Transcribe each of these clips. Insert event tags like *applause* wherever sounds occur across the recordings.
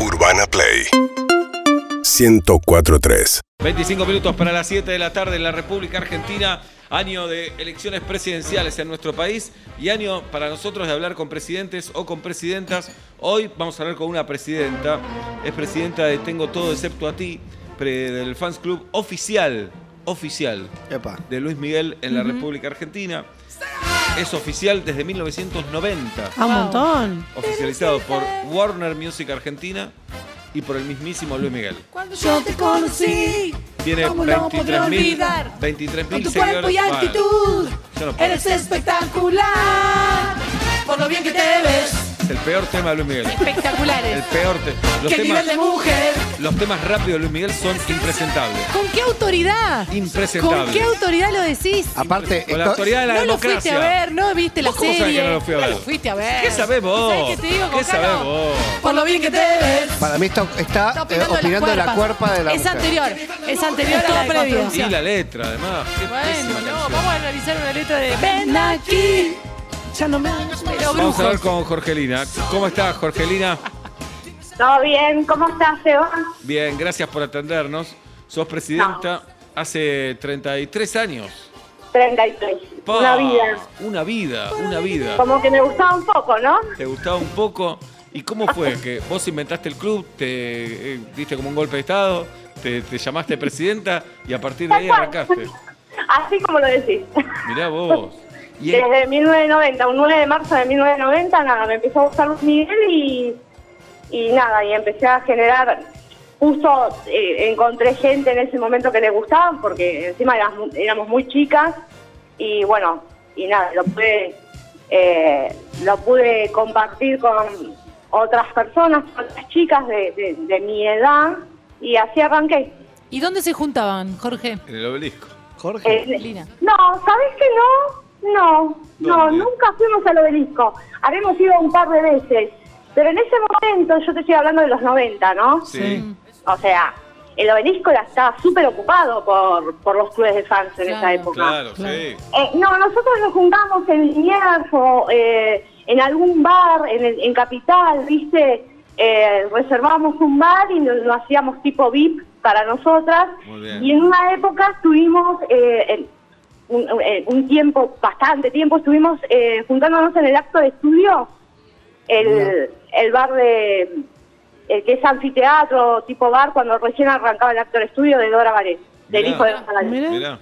Urbana Play 1043. 25 minutos para las 7 de la tarde en la República Argentina, año de elecciones presidenciales en nuestro país y año para nosotros de hablar con presidentes o con presidentas. Hoy vamos a hablar con una presidenta, es presidenta de Tengo Todo Excepto a Ti, pre- del Fans Club oficial, oficial Epa. de Luis Miguel en la República Argentina. Es oficial desde 1990 Ah, un montón. oficializado por Warner Music Argentina y por el mismísimo Luis Miguel. Cuando yo te conocí, Tiene ¿cómo no podré 23.000 olvidar? 23 Con tu seguidores. cuerpo y Bueno, actitud, yo no puedo. eres espectacular. Por lo bien que te ves, es el peor tema de Luis Miguel. El Espectaculares. peor tema. Los, qué temas- nivel de mujer. los temas rápidos de Luis Miguel son impresentables. ¿Con qué autoridad? Impresentable. ¿Con qué autoridad lo decís? Aparte, Con la esto- autoridad de la no lo democracia. fuiste a ver, no viste la ¿Vos cómo serie. sabés que no lo fui a ver? fuiste a ver. ¿Qué sabés vos? ¿Sabés qué te digo, ¿Qué Cocano? sabés vos? Por lo bien que te ves, para mí está, está, Está eh, opinando, opinando de la cuerpa. cuerpa de la Es mujer. anterior, es anterior a la Todo previo. Y previo. la letra, además. Qué pésima Bueno, no, canción. vamos a analizar una letra de ven aquí. Ya no me hagas más. Pero Vamos a hablar brujos. con Jorgelina. ¿Cómo estás, Jorgelina? Todo bien, ¿cómo estás, Esteban? Bien, gracias por atendernos. Sos presidenta hace 33 años. 33. Pa, Una vida. Una vida, una vida. Como que me gustaba un poco, ¿no? ¿Te gustaba un poco? ¿Y cómo fue que vos inventaste el club, te eh, diste como un golpe de estado, te, te llamaste presidenta y a partir de ahí arrancaste? Así como lo decís. Mirá vos. Y en- Desde 1990, un 9 de marzo de 1990, nada, me empezó a gustar Luis Miguel y, y nada, y empecé a generar, justo eh, encontré gente en ese momento que le gustaban, porque encima eras mu- éramos muy chicas y bueno, y nada, lo pude, eh, lo pude compartir con otras personas, otras chicas de, de- de mi edad y así arranqué. ¿Y dónde se juntaban, Jorge? en el obelisco. Jorge. Eh, Lina. no, ¿sabes que no? No, no, ¿Dónde? nunca fuimos al obelisco. Habíamos ido un par de veces. Pero en ese momento, yo te estoy hablando de los 90, ¿no? Mm. Sí. O sea, el obelisco ya estaba súper ocupado por, por los clubes de fans en esa Claro. época. Claro, Claro. sí. Eh, no, nosotros nos juntamos en Liniers o eh, en algún bar en, el- en Capital, ¿viste? Eh, reservábamos un bar y nos, lo hacíamos tipo VIP para nosotras. Muy bien. Y en una época estuvimos, eh, en- un, eh, un tiempo, bastante tiempo, estuvimos eh, juntándonos en el acto de estudio, el, el bar de, el que es anfiteatro, tipo bar, cuando recién arrancaba el acto de estudio de Dora Varés, del Mirá. hijo de Dora Varés. Mirá. Mirá.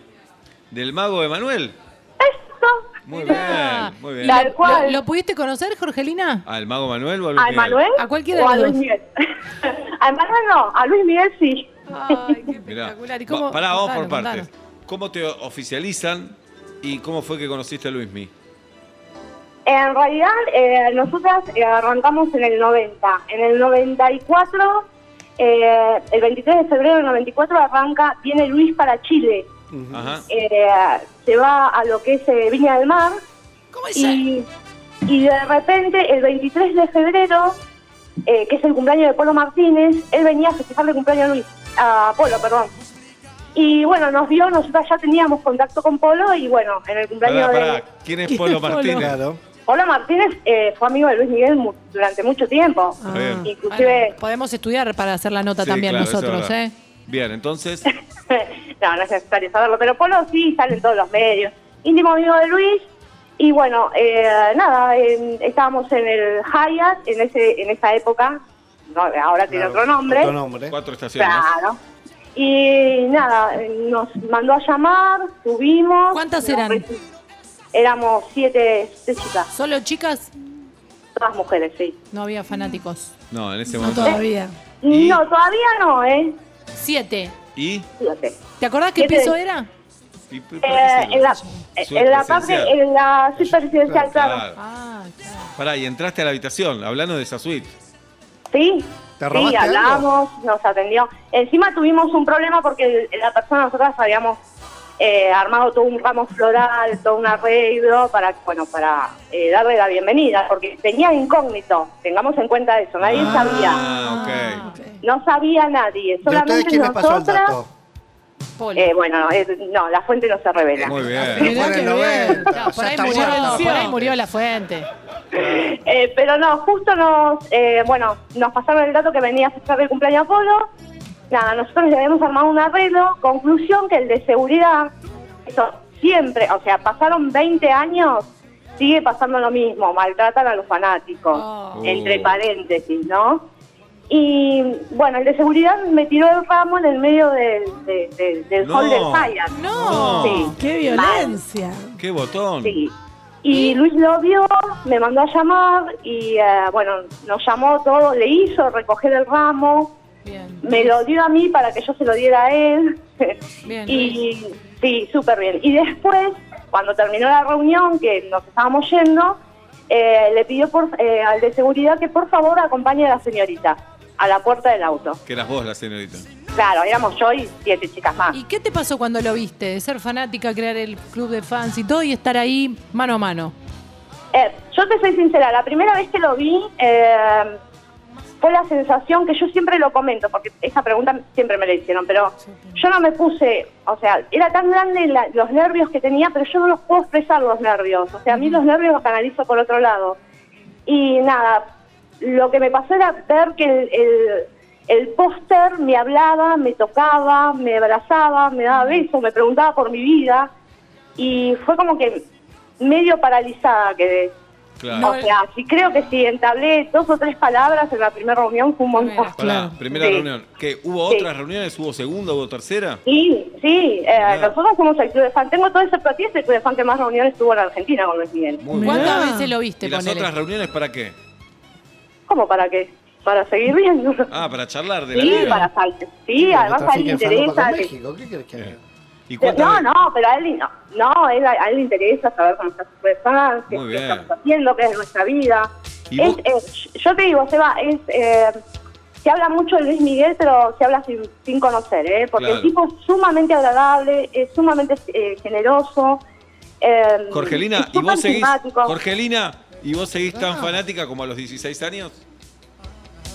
Del mago Emanuel. Eso. Muy Mirá. bien, muy bien. Tal ¿Lo- cual. ¿Lo, lo pudiste conocer, Jorgelina? ¿Al mago Manuel o a Luis ¿A Miguel? Manuel? ¿A cualquiera o de a los Luis dos? Miguel? *laughs* a Manuel no, a Luis Miguel sí. Ay, qué Mirá. espectacular. ¿Y Va- cómo? Pará, vamos por Contanos, partes. contanos. ¿Cómo te oficializan y cómo fue que conociste a Luis Mí? En realidad, eh, nosotras eh, arrancamos en el 90. En el 94, eh, el 23 de febrero del 94 arranca, viene Luis para Chile. Ajá. Eh, se va a lo que es eh, Viña del Mar. y, y de repente, el 23 de febrero, eh, que es el cumpleaños de Polo Martínez, él venía a festejarle el cumpleaños a Luis, a Polo, perdón. Y bueno, nos vio, nosotras ya teníamos contacto con Polo y bueno, en el cumpleaños Pará, de... pará. ¿Quién es Polo Martínez? Claro. Hola Martínez eh, fue amigo de Luis Miguel mu- durante mucho tiempo. Está bien. Inclusive, Bueno, podemos estudiar para hacer la nota Sí, también claro, eso es nosotros, verdad. ¿eh? Bien, entonces, ¿Eh? *laughs* no, no es necesario saberlo, pero Polo sí sale en todos los medios. Íntimo amigo de Luis y bueno, eh, nada, en- estábamos en el Hyatt en ese en esa época, no, ahora tiene Claro, otro nombre. Otro nombre. cuatro estaciones. Claro. Y nada, eh, nos mandó a llamar, subimos. ¿Cuántas Nos eran? reci- Éramos siete, siete chicas, Solo chicas, todas mujeres, sí. no había fanáticos. No, en ese No momento. todavía. ¿Y? No, todavía no, ¿eh. Siete. ¿Y? Fíjate. ¿Te acordás qué Siete. piso era? ¿Y por- por qué Eh, se lo- en la, su en la parte, presidencial? en la sí, presidencial, claro. Claro. Ah, claro. Pará, y entraste a la habitación, hablando de esa suite. Sí, ¿Te sí, robaste hablamos, nos atendió. Encima tuvimos un problema porque el- la persona, nosotras habíamos eh, armado todo un ramo floral, todo un arreglo para, bueno, para eh, darle la bienvenida, porque tenía incógnito, tengamos en cuenta eso, nadie ah, sabía. Ah, ok. ok. No sabía nadie, ¿De ustedes solamente quién les pasó el nosotras. dato? Polo. eh, bueno, no, eh, no, la Ah. fuente no se revela. Muy Pero bien. fue en el Mirá qué bien. 90, Claro, por, ya ahí estamos murió, por avanzados. ahí murió la fuente. *laughs* Eh, pero no, justo nos, eh, bueno, nos pasaron el dato que venía a festejar el cumpleaños Apolo. Nada, nosotros le habíamos armado un arreglo. Conclusión que el de seguridad, eso siempre, o sea, pasaron 20 años, sigue pasando lo mismo, maltratan a los fanáticos, Oh. entre paréntesis, ¿no? Y bueno, el de seguridad me tiró el ramo en el medio del, de- de- del No. hall del Hyatt. No. Sí. Oh, ¡Qué violencia! ¡Qué botón! Sí. Y Luis lo vio, me mandó a llamar y eh, bueno, nos llamó todo, le hizo recoger el ramo, Bien. me lo dio a mí para que yo se lo diera a él. Bien, *laughs* y sí, súper bien. Y después, cuando terminó la reunión, que nos estábamos yendo, eh, le pidió por, eh, al de seguridad que por favor acompañe a la señorita a la puerta del auto. Que eras vos la señorita. Claro, éramos yo y siete chicas más. ¿Y qué te pasó cuando lo viste? De ser fanática, crear el club de fans y todo y estar ahí mano a mano. Eh, yo te soy sincera, la primera vez que lo vi eh, fue la sensación que yo siempre lo comento, porque esa pregunta siempre me la hicieron, pero yo no me puse, o sea, era tan grande la- los nervios que tenía, pero yo no los puedo expresar los nervios, o sea, a mí los nervios los canalizo por otro lado. Y nada, lo que me pasó era ver que el, el- el póster me hablaba, me tocaba, me abrazaba, me daba besos, me preguntaba por mi vida. Y fue como que medio paralizada quedé. Claro. No, O sea, sí creo que sí, entablé dos o tres palabras en la primera reunión, fue un montón. *laughs* Pará, Primera. claro. primera Sí. reunión. ¿Qué, ¿Hubo Sí. otras reuniones? ¿Hubo segunda? ¿Hubo tercera? Sí, sí, eh, Ah. nosotros somos el club de fan. Tengo todo ese platí, es el club de fan que más reuniones tuvo en Argentina con Luis Miguel. Muy bien. ¿Cuántas Mirá. veces lo ¿Y viste, las ponele? otras reuniones para qué? ¿Cómo para qué? Para seguir viendo. Ah, para charlar de la sí, vida. para salte. Sí, además a él le interesa. que- ¿Qué querés que haga? ¿Y cuántas No, veces- no, pero a él no, no, él- a él le interesa saber cómo está su persona, qué Muy qué bien. estamos haciendo, qué es nuestra vida. ¿Y vos? Es- es- eh, yo te digo, Seba, es, eh, se habla mucho de Luis Miguel, pero se habla sin, sin conocer, ¿eh? porque Claro. el tipo es sumamente agradable, es sumamente eh, generoso. eh, es Jorgelina, ¿y súper vos seguís? simpático. Jorgelina, ¿y vos seguís tan fanática como a los 16 años?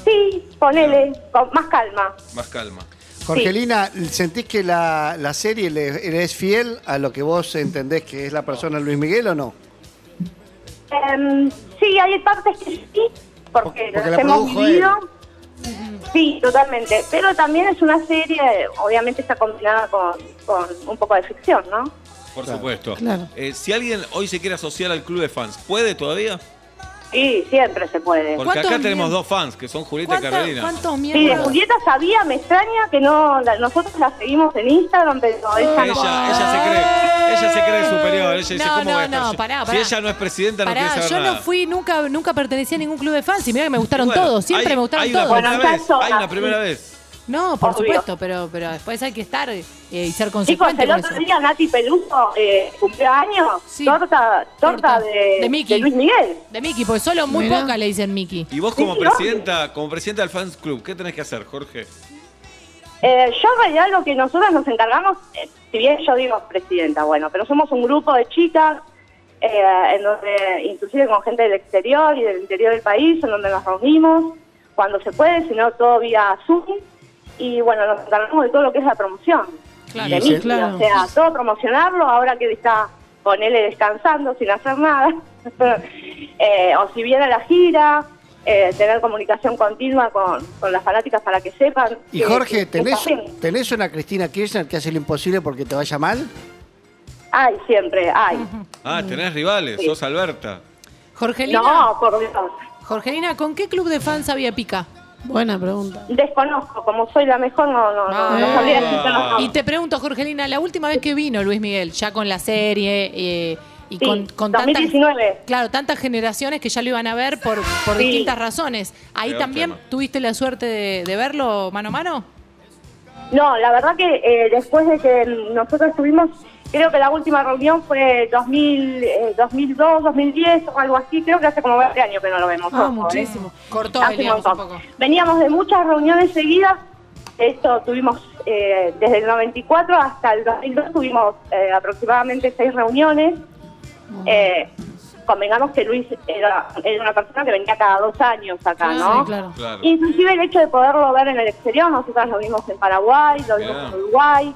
Sí, ponele, con más calma. Más calma. Jorgelina, ¿sentís que la, la serie le, le es fiel a lo que vos entendés que es la persona Luis Miguel o no? Em, sí, hay partes que sí, Porque porque, la las hemos produjo vivido. Sí, totalmente. Pero también es una serie, obviamente está combinada con, con un poco de ficción, ¿no? Por Claro. supuesto. Claro. Eh, si alguien hoy se quiere asociar al club de fans, ¿puede todavía? Sí, siempre se puede. Porque acá ¿Cuántos tenemos miembros? dos fans, que son Julieta y ¿Cuánta- Carolina. ¿Cuántos Sí, de miembros? Julieta sabía, me extraña que no, la- nosotros la seguimos en Instagram, pero ella Ella, no. ella se cree, ella se cree superior. Ella dice, No, ¿cómo no, voy a estar no, yo? pará, Si pará. ella no es presidenta, no quiere Pará, saber yo nada. no fui, nunca, nunca pertenecí a ningún club de fans y mirá que me gustaron Bueno, todos, siempre hay- me gustaron hay una todos. primera Bueno, ya vez, son hay una así. primera vez. No, por Obvio. supuesto, pero, pero después hay que estar eh, y ser Chicos, consecuente el con otro eso. día Nati Peluso eh, cumplió años, Sí. torta, torta Torta. de, De Mickey. de Luis Miguel. De Miki, porque solo muy Mirá. pocas le dicen Miki. Y vos como Sí, sí, obvio. presidenta, como presidenta del fans club, ¿qué tenés que hacer, Jorge? Eh, yo en realidad lo que nosotros nos encargamos, eh, si bien yo digo presidenta, bueno, pero somos un grupo de chicas, eh, en donde inclusive con gente del exterior y del interior del país, en donde nos reunimos cuando se puede, si no todo vía Zoom, y bueno, nos encargamos de todo lo que es la promoción. Claro. de Sí, Mickey, claro. O sea, todo promocionarlo, ahora que está con él descansando sin hacer nada, *laughs* Eh, o si viene a la gira. eh, tener comunicación continua con, con las fanáticas para que sepan. Y que- que- Jorge, que ¿tenés, está bien. ¿tenés una Cristina Kirchner que hace lo imposible porque te vaya mal? Ay, siempre, ay. Ah, tenés rivales, Sí. sos Alberta. Jorgelina, No, por Dios. Jorgelina, ¿con qué club de fans había pica? Buena pregunta. Desconozco, como soy la mejor, no, no, no, no Ah. sabría decirte los Ah. Y nombres. te pregunto, Jorgelina, la última vez que vino Luis Miguel, ya con la serie eh, y Sí, con, con tantas... 2019. Claro, tantas generaciones que ya lo iban a ver por, por Sí. distintas razones. ¿Ahí Peor también tema. tuviste la suerte de, de verlo mano a mano? No, la verdad que eh, después de que nosotros estuvimos, creo que la última reunión fue 2000, eh, 2002, 2010 o algo así, creo que hace como 20 años que no lo vemos. Ah, ojo, ¿eh? muchísimo. Cortó Hace el, un digamos, un montón. poco. Veníamos de muchas reuniones seguidas. Esto tuvimos eh, desde el 94 hasta el 2002, tuvimos eh, aproximadamente seis reuniones. Eh, convengamos que Luis era, era una persona que venía cada dos años acá, Ah, Ah, ¿no? Sí, claro. Claro. Inclusive el hecho de poderlo ver en el exterior, nosotros lo vimos en Paraguay, lo vimos Mirá. en Uruguay,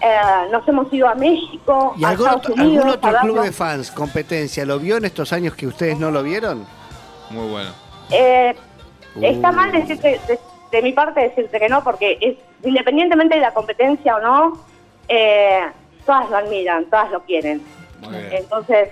Eh, nos hemos ido a México, ¿Y a algún Estados otro, Unidos. algún otro a club verlo. de fans, competencia, lo vio en estos años que ustedes no lo vieron? Muy bueno. Eh, Está Uh. mal decirte, de, de mi parte decirte que no, porque es- independientemente de la competencia o no, eh, todas lo admiran, todas lo quieren. Muy bien. Entonces,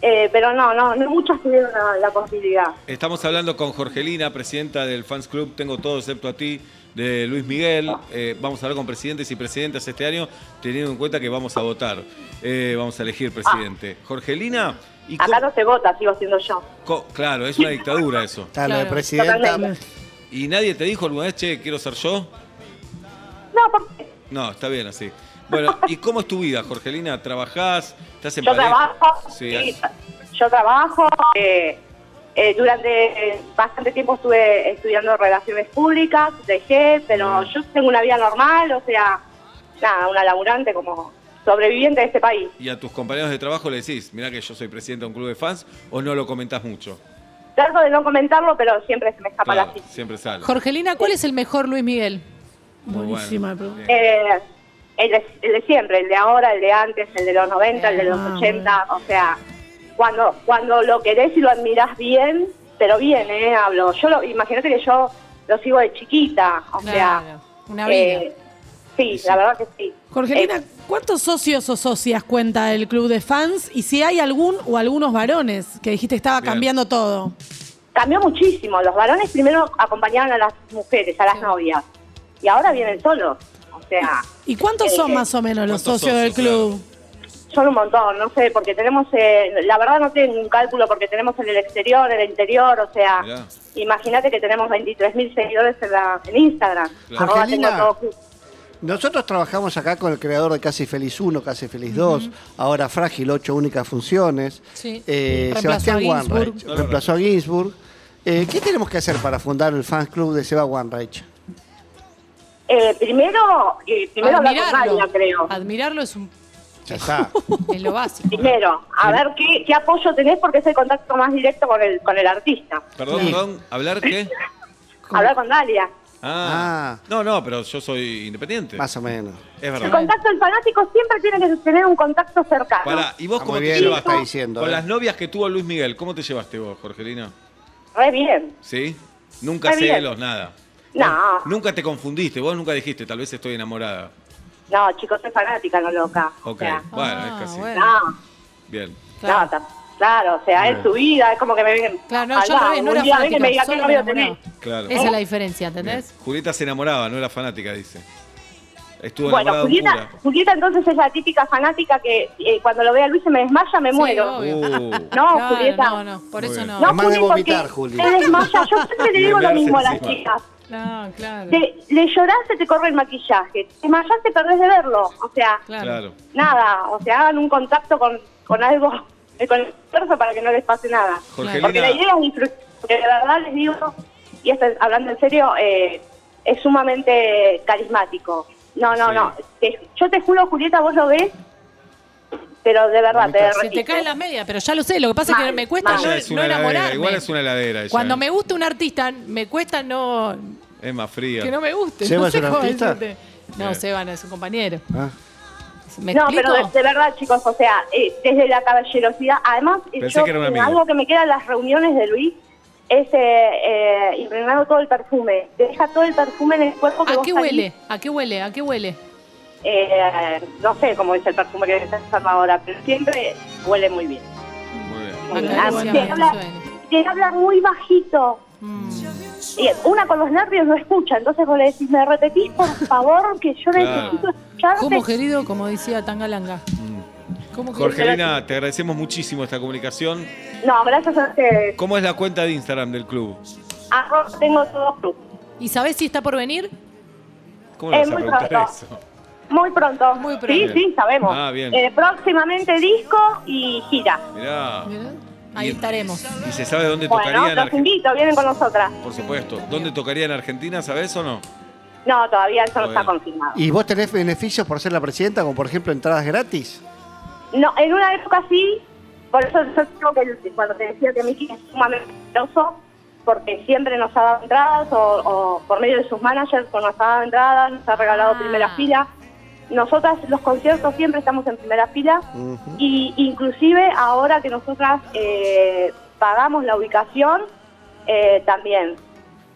eh, pero no, no, no muchas tuvieron la, la posibilidad. Estamos hablando con Jorgelina, presidenta del Fans Club Tengo Todo Excepto a Ti, de Luis Miguel. Eh, vamos a hablar con presidentes y presidentas este año, teniendo en cuenta que vamos a votar. Eh, vamos a elegir presidente. Jorgelina, y Acá co- no se vota, sigo siendo yo. co- claro, es una dictadura eso. Está lo de Claro. presidenta. Totalmente. ¿Y nadie te dijo alguna vez, che, quiero ser yo? No, porque No, está bien así. Bueno, ¿y cómo es tu vida, Jorgelina? ¿Trabajás? ¿Estás en yo pareja? trabajo, este Sí, sí, yo trabajo. eh, eh, durante bastante tiempo estuve estudiando relaciones públicas, dejé, pero Mm. yo tengo una vida normal, o sea, nada, una laburante como sobreviviente de este país. ¿Y a tus compañeros de trabajo le decís, mirá que yo soy presidenta de un club de fans o no lo comentás mucho? Trato de no comentarlo, pero siempre se me escapa Claro, la cita. siempre sale. Jorgelina, ¿cuál es el mejor Luis Miguel? Muy Buenísima bueno. pregunta. Bien. Eh, el, de, el de siempre, el de ahora, el de antes, el de los 90, el de los Ah, 80, o sea, cuando cuando lo querés y lo admirás bien, pero bien, ¿eh? Hablo. Yo lo, imagínate que yo lo sigo de chiquita, o sea. Claro, una vida. eh, sí, la verdad que sí. Jorgelina, Eh, ¿cuántos socios o socias cuenta el club de fans? Y si hay algún o algunos varones, que dijiste estaba Bien. cambiando todo. cambió muchísimo. Los varones primero acompañaban a las mujeres, a las novias, y ahora vienen solos, o sea. ¿Y cuántos Eh, son eh, más o menos los ¿Cuántos socios del socios, club? Son un montón, no sé, porque tenemos, eh, la verdad no tengo un cálculo, porque tenemos en el exterior, en el interior, o sea, Mirá. imagínate que tenemos 23.000 seguidores en, la- en Instagram. Claro. Arroba Angelina. tengo todo club. Nosotros trabajamos acá con el creador de Casi Feliz 1, Casi Feliz 2, ahora Frágil, ocho únicas funciones. Sí. Eh, Reemplazó a Sebastián Ginsburg. Wanreich No lo reemplazó a Ginsburg. Eh, ¿Qué tenemos que hacer para fundar el fan club de Seba Wanreich? Eh, primero, eh, primero hablar con Galia, creo. Admirarlo es, un- *laughs* Ya está. es lo básico. Primero, a ver qué, qué apoyo tenés porque es el contacto más directo con el, con el artista. Perdón, Sí. perdón, ¿hablar qué? Hablar con Galia. Ah, Ah. No, no, pero yo soy independiente. Más o menos. Es El verdad. contacto del fanático siempre tiene que tener un contacto cercano. Pará, ¿y vos Está cómo Ah, muy te bien lo que llevaste? está diciendo, Con eh. las novias que tuvo Luis Miguel, ¿cómo te llevaste vos, Jorgelina? Re bien. ¿Sí? Nunca Está bien. celos, nada. No. Vos Nunca te confundiste, vos nunca dijiste, tal vez estoy enamorada. No, chicos, soy fanática, no loca. O Ok, sea, bueno, es Ah, casi. bueno. no. Bien. Claro. Claro. claro, o sea, es su vida, es como que me ven. Claro, no, yo al Alba, revés, no un era día ven y fanática, me diga qué solo novio me enamoraba. tenés. Claro. Esa es la diferencia, ¿entendés? Bien. Julieta se enamoraba, no era fanática, dice. Estuvo Bueno, enamorada de un Julieta, Julieta entonces es la típica fanática que eh, cuando lo ve a Luis se me desmaya, me Sí, muero. obvio. cura. Uh, No, Claro, *laughs* Julieta. No, no, por Muy eso bien. no. No, Además de Juli, porque vomitar, Juli. Te desmaya, yo *laughs* siempre le digo lo Enviarse mismo a las encima. chicas. No, claro. Te- le lloraste, te corre el maquillaje. Te desmayaste, perdés de verlo. O sea, Claro. claro. nada. O sea, hagan un contacto con, con algo, *laughs* eh, con el esfuerzo para que no les pase nada. Porque la Jorgelina, idea es disfrutar, porque de verdad les digo, y esto es- hablando en serio, eh, es sumamente carismático. No, no, Sí. no. Te- yo te juro, Julieta, vos lo ves, pero de verdad, Bonito. te Se te derretiste. caen las medias, pero ya lo sé. Lo que pasa es que Mal, me cuesta mal. no, ella es no una heladera, enamorarme. igual es una heladera ella. Cuando eh. me gusta un artista, me cuesta no Es más fría. que no me guste. ¿Seba no es sé un cómo artista? decirte. No, Bien. Seba no es un compañero. Ah. ¿Me No, explico? pero de, de verdad, chicos, o sea, eh, desde la caballerosidad, además, eh, Pensé yo, que era un eh, amigo. algo que me queda en las reuniones de Luis es eh, eh, impregnado todo el perfume. Te deja todo el perfume en el cuerpo que ¿A vos Ah, qué salís, huele? ¿A qué huele? ¿A qué huele? eh, no sé cómo dice el perfume que está usando ahora, pero siempre huele muy bien. Muy bien. Acá decía bien. Ah, sí, Mariano habla- Suárez. te habla muy bajito. Mm. Y una con los nervios no escucha, entonces vos le decís, me repetís por favor que yo Claro. necesito escucharte. ¿Cómo querido? Como decía Tangalanga. Mm. ¿Cómo querido? Jorgelina, te agradecemos muchísimo esta comunicación. No, gracias a ustedes. ¿Cómo es la cuenta de Instagram del club? Arroba tengo todo club. ¿Y sabés si está por venir? ¿Cómo le Eh, vas a muy preguntar pronto. eso? Muy pronto. Muy pronto. Sí, sí, sabemos. Ah, bien. Eh, próximamente disco y gira. Mirá. Mirá, Ahí Y- estaremos. ¿Y se sabe dónde tocaría Bueno, en los Argentina? invito, vienen con nosotras. Por supuesto. ¿Dónde tocaría en Argentina? ¿Sabes o no? No, todavía eso no Bueno. está confirmado. ¿Y vos tenés beneficios por ser la presidenta, como por ejemplo entradas gratis? No, en una época sí, por eso yo creo que cuando te decía que Miki es sumamente generoso, porque siempre nos ha dado entradas o, o por medio de sus managers pues nos ha dado entradas, nos ha regalado Ah. primera fila. Nosotras los conciertos siempre estamos en primera fila Ujú. y inclusive ahora que nosotras eh, pagamos la ubicación, eh, también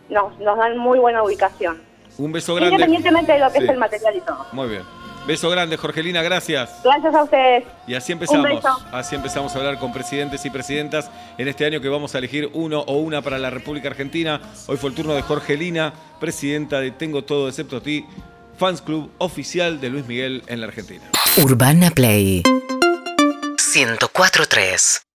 nos, nos dan muy buena ubicación. Un beso grande. Independientemente de lo que Sí. es el material y todo. Muy bien. Beso grande, Jorgelina, gracias. Gracias a ustedes. Y así empezamos. beso. Así empezamos a hablar con presidentes y presidentas en este año que vamos a elegir uno o una para la República Argentina. Hoy fue el turno de Jorgelina, presidenta de Tengo Todo Excepto Ti, Fans Club oficial de Luis Miguel en la Argentina. Urbana Play 104.3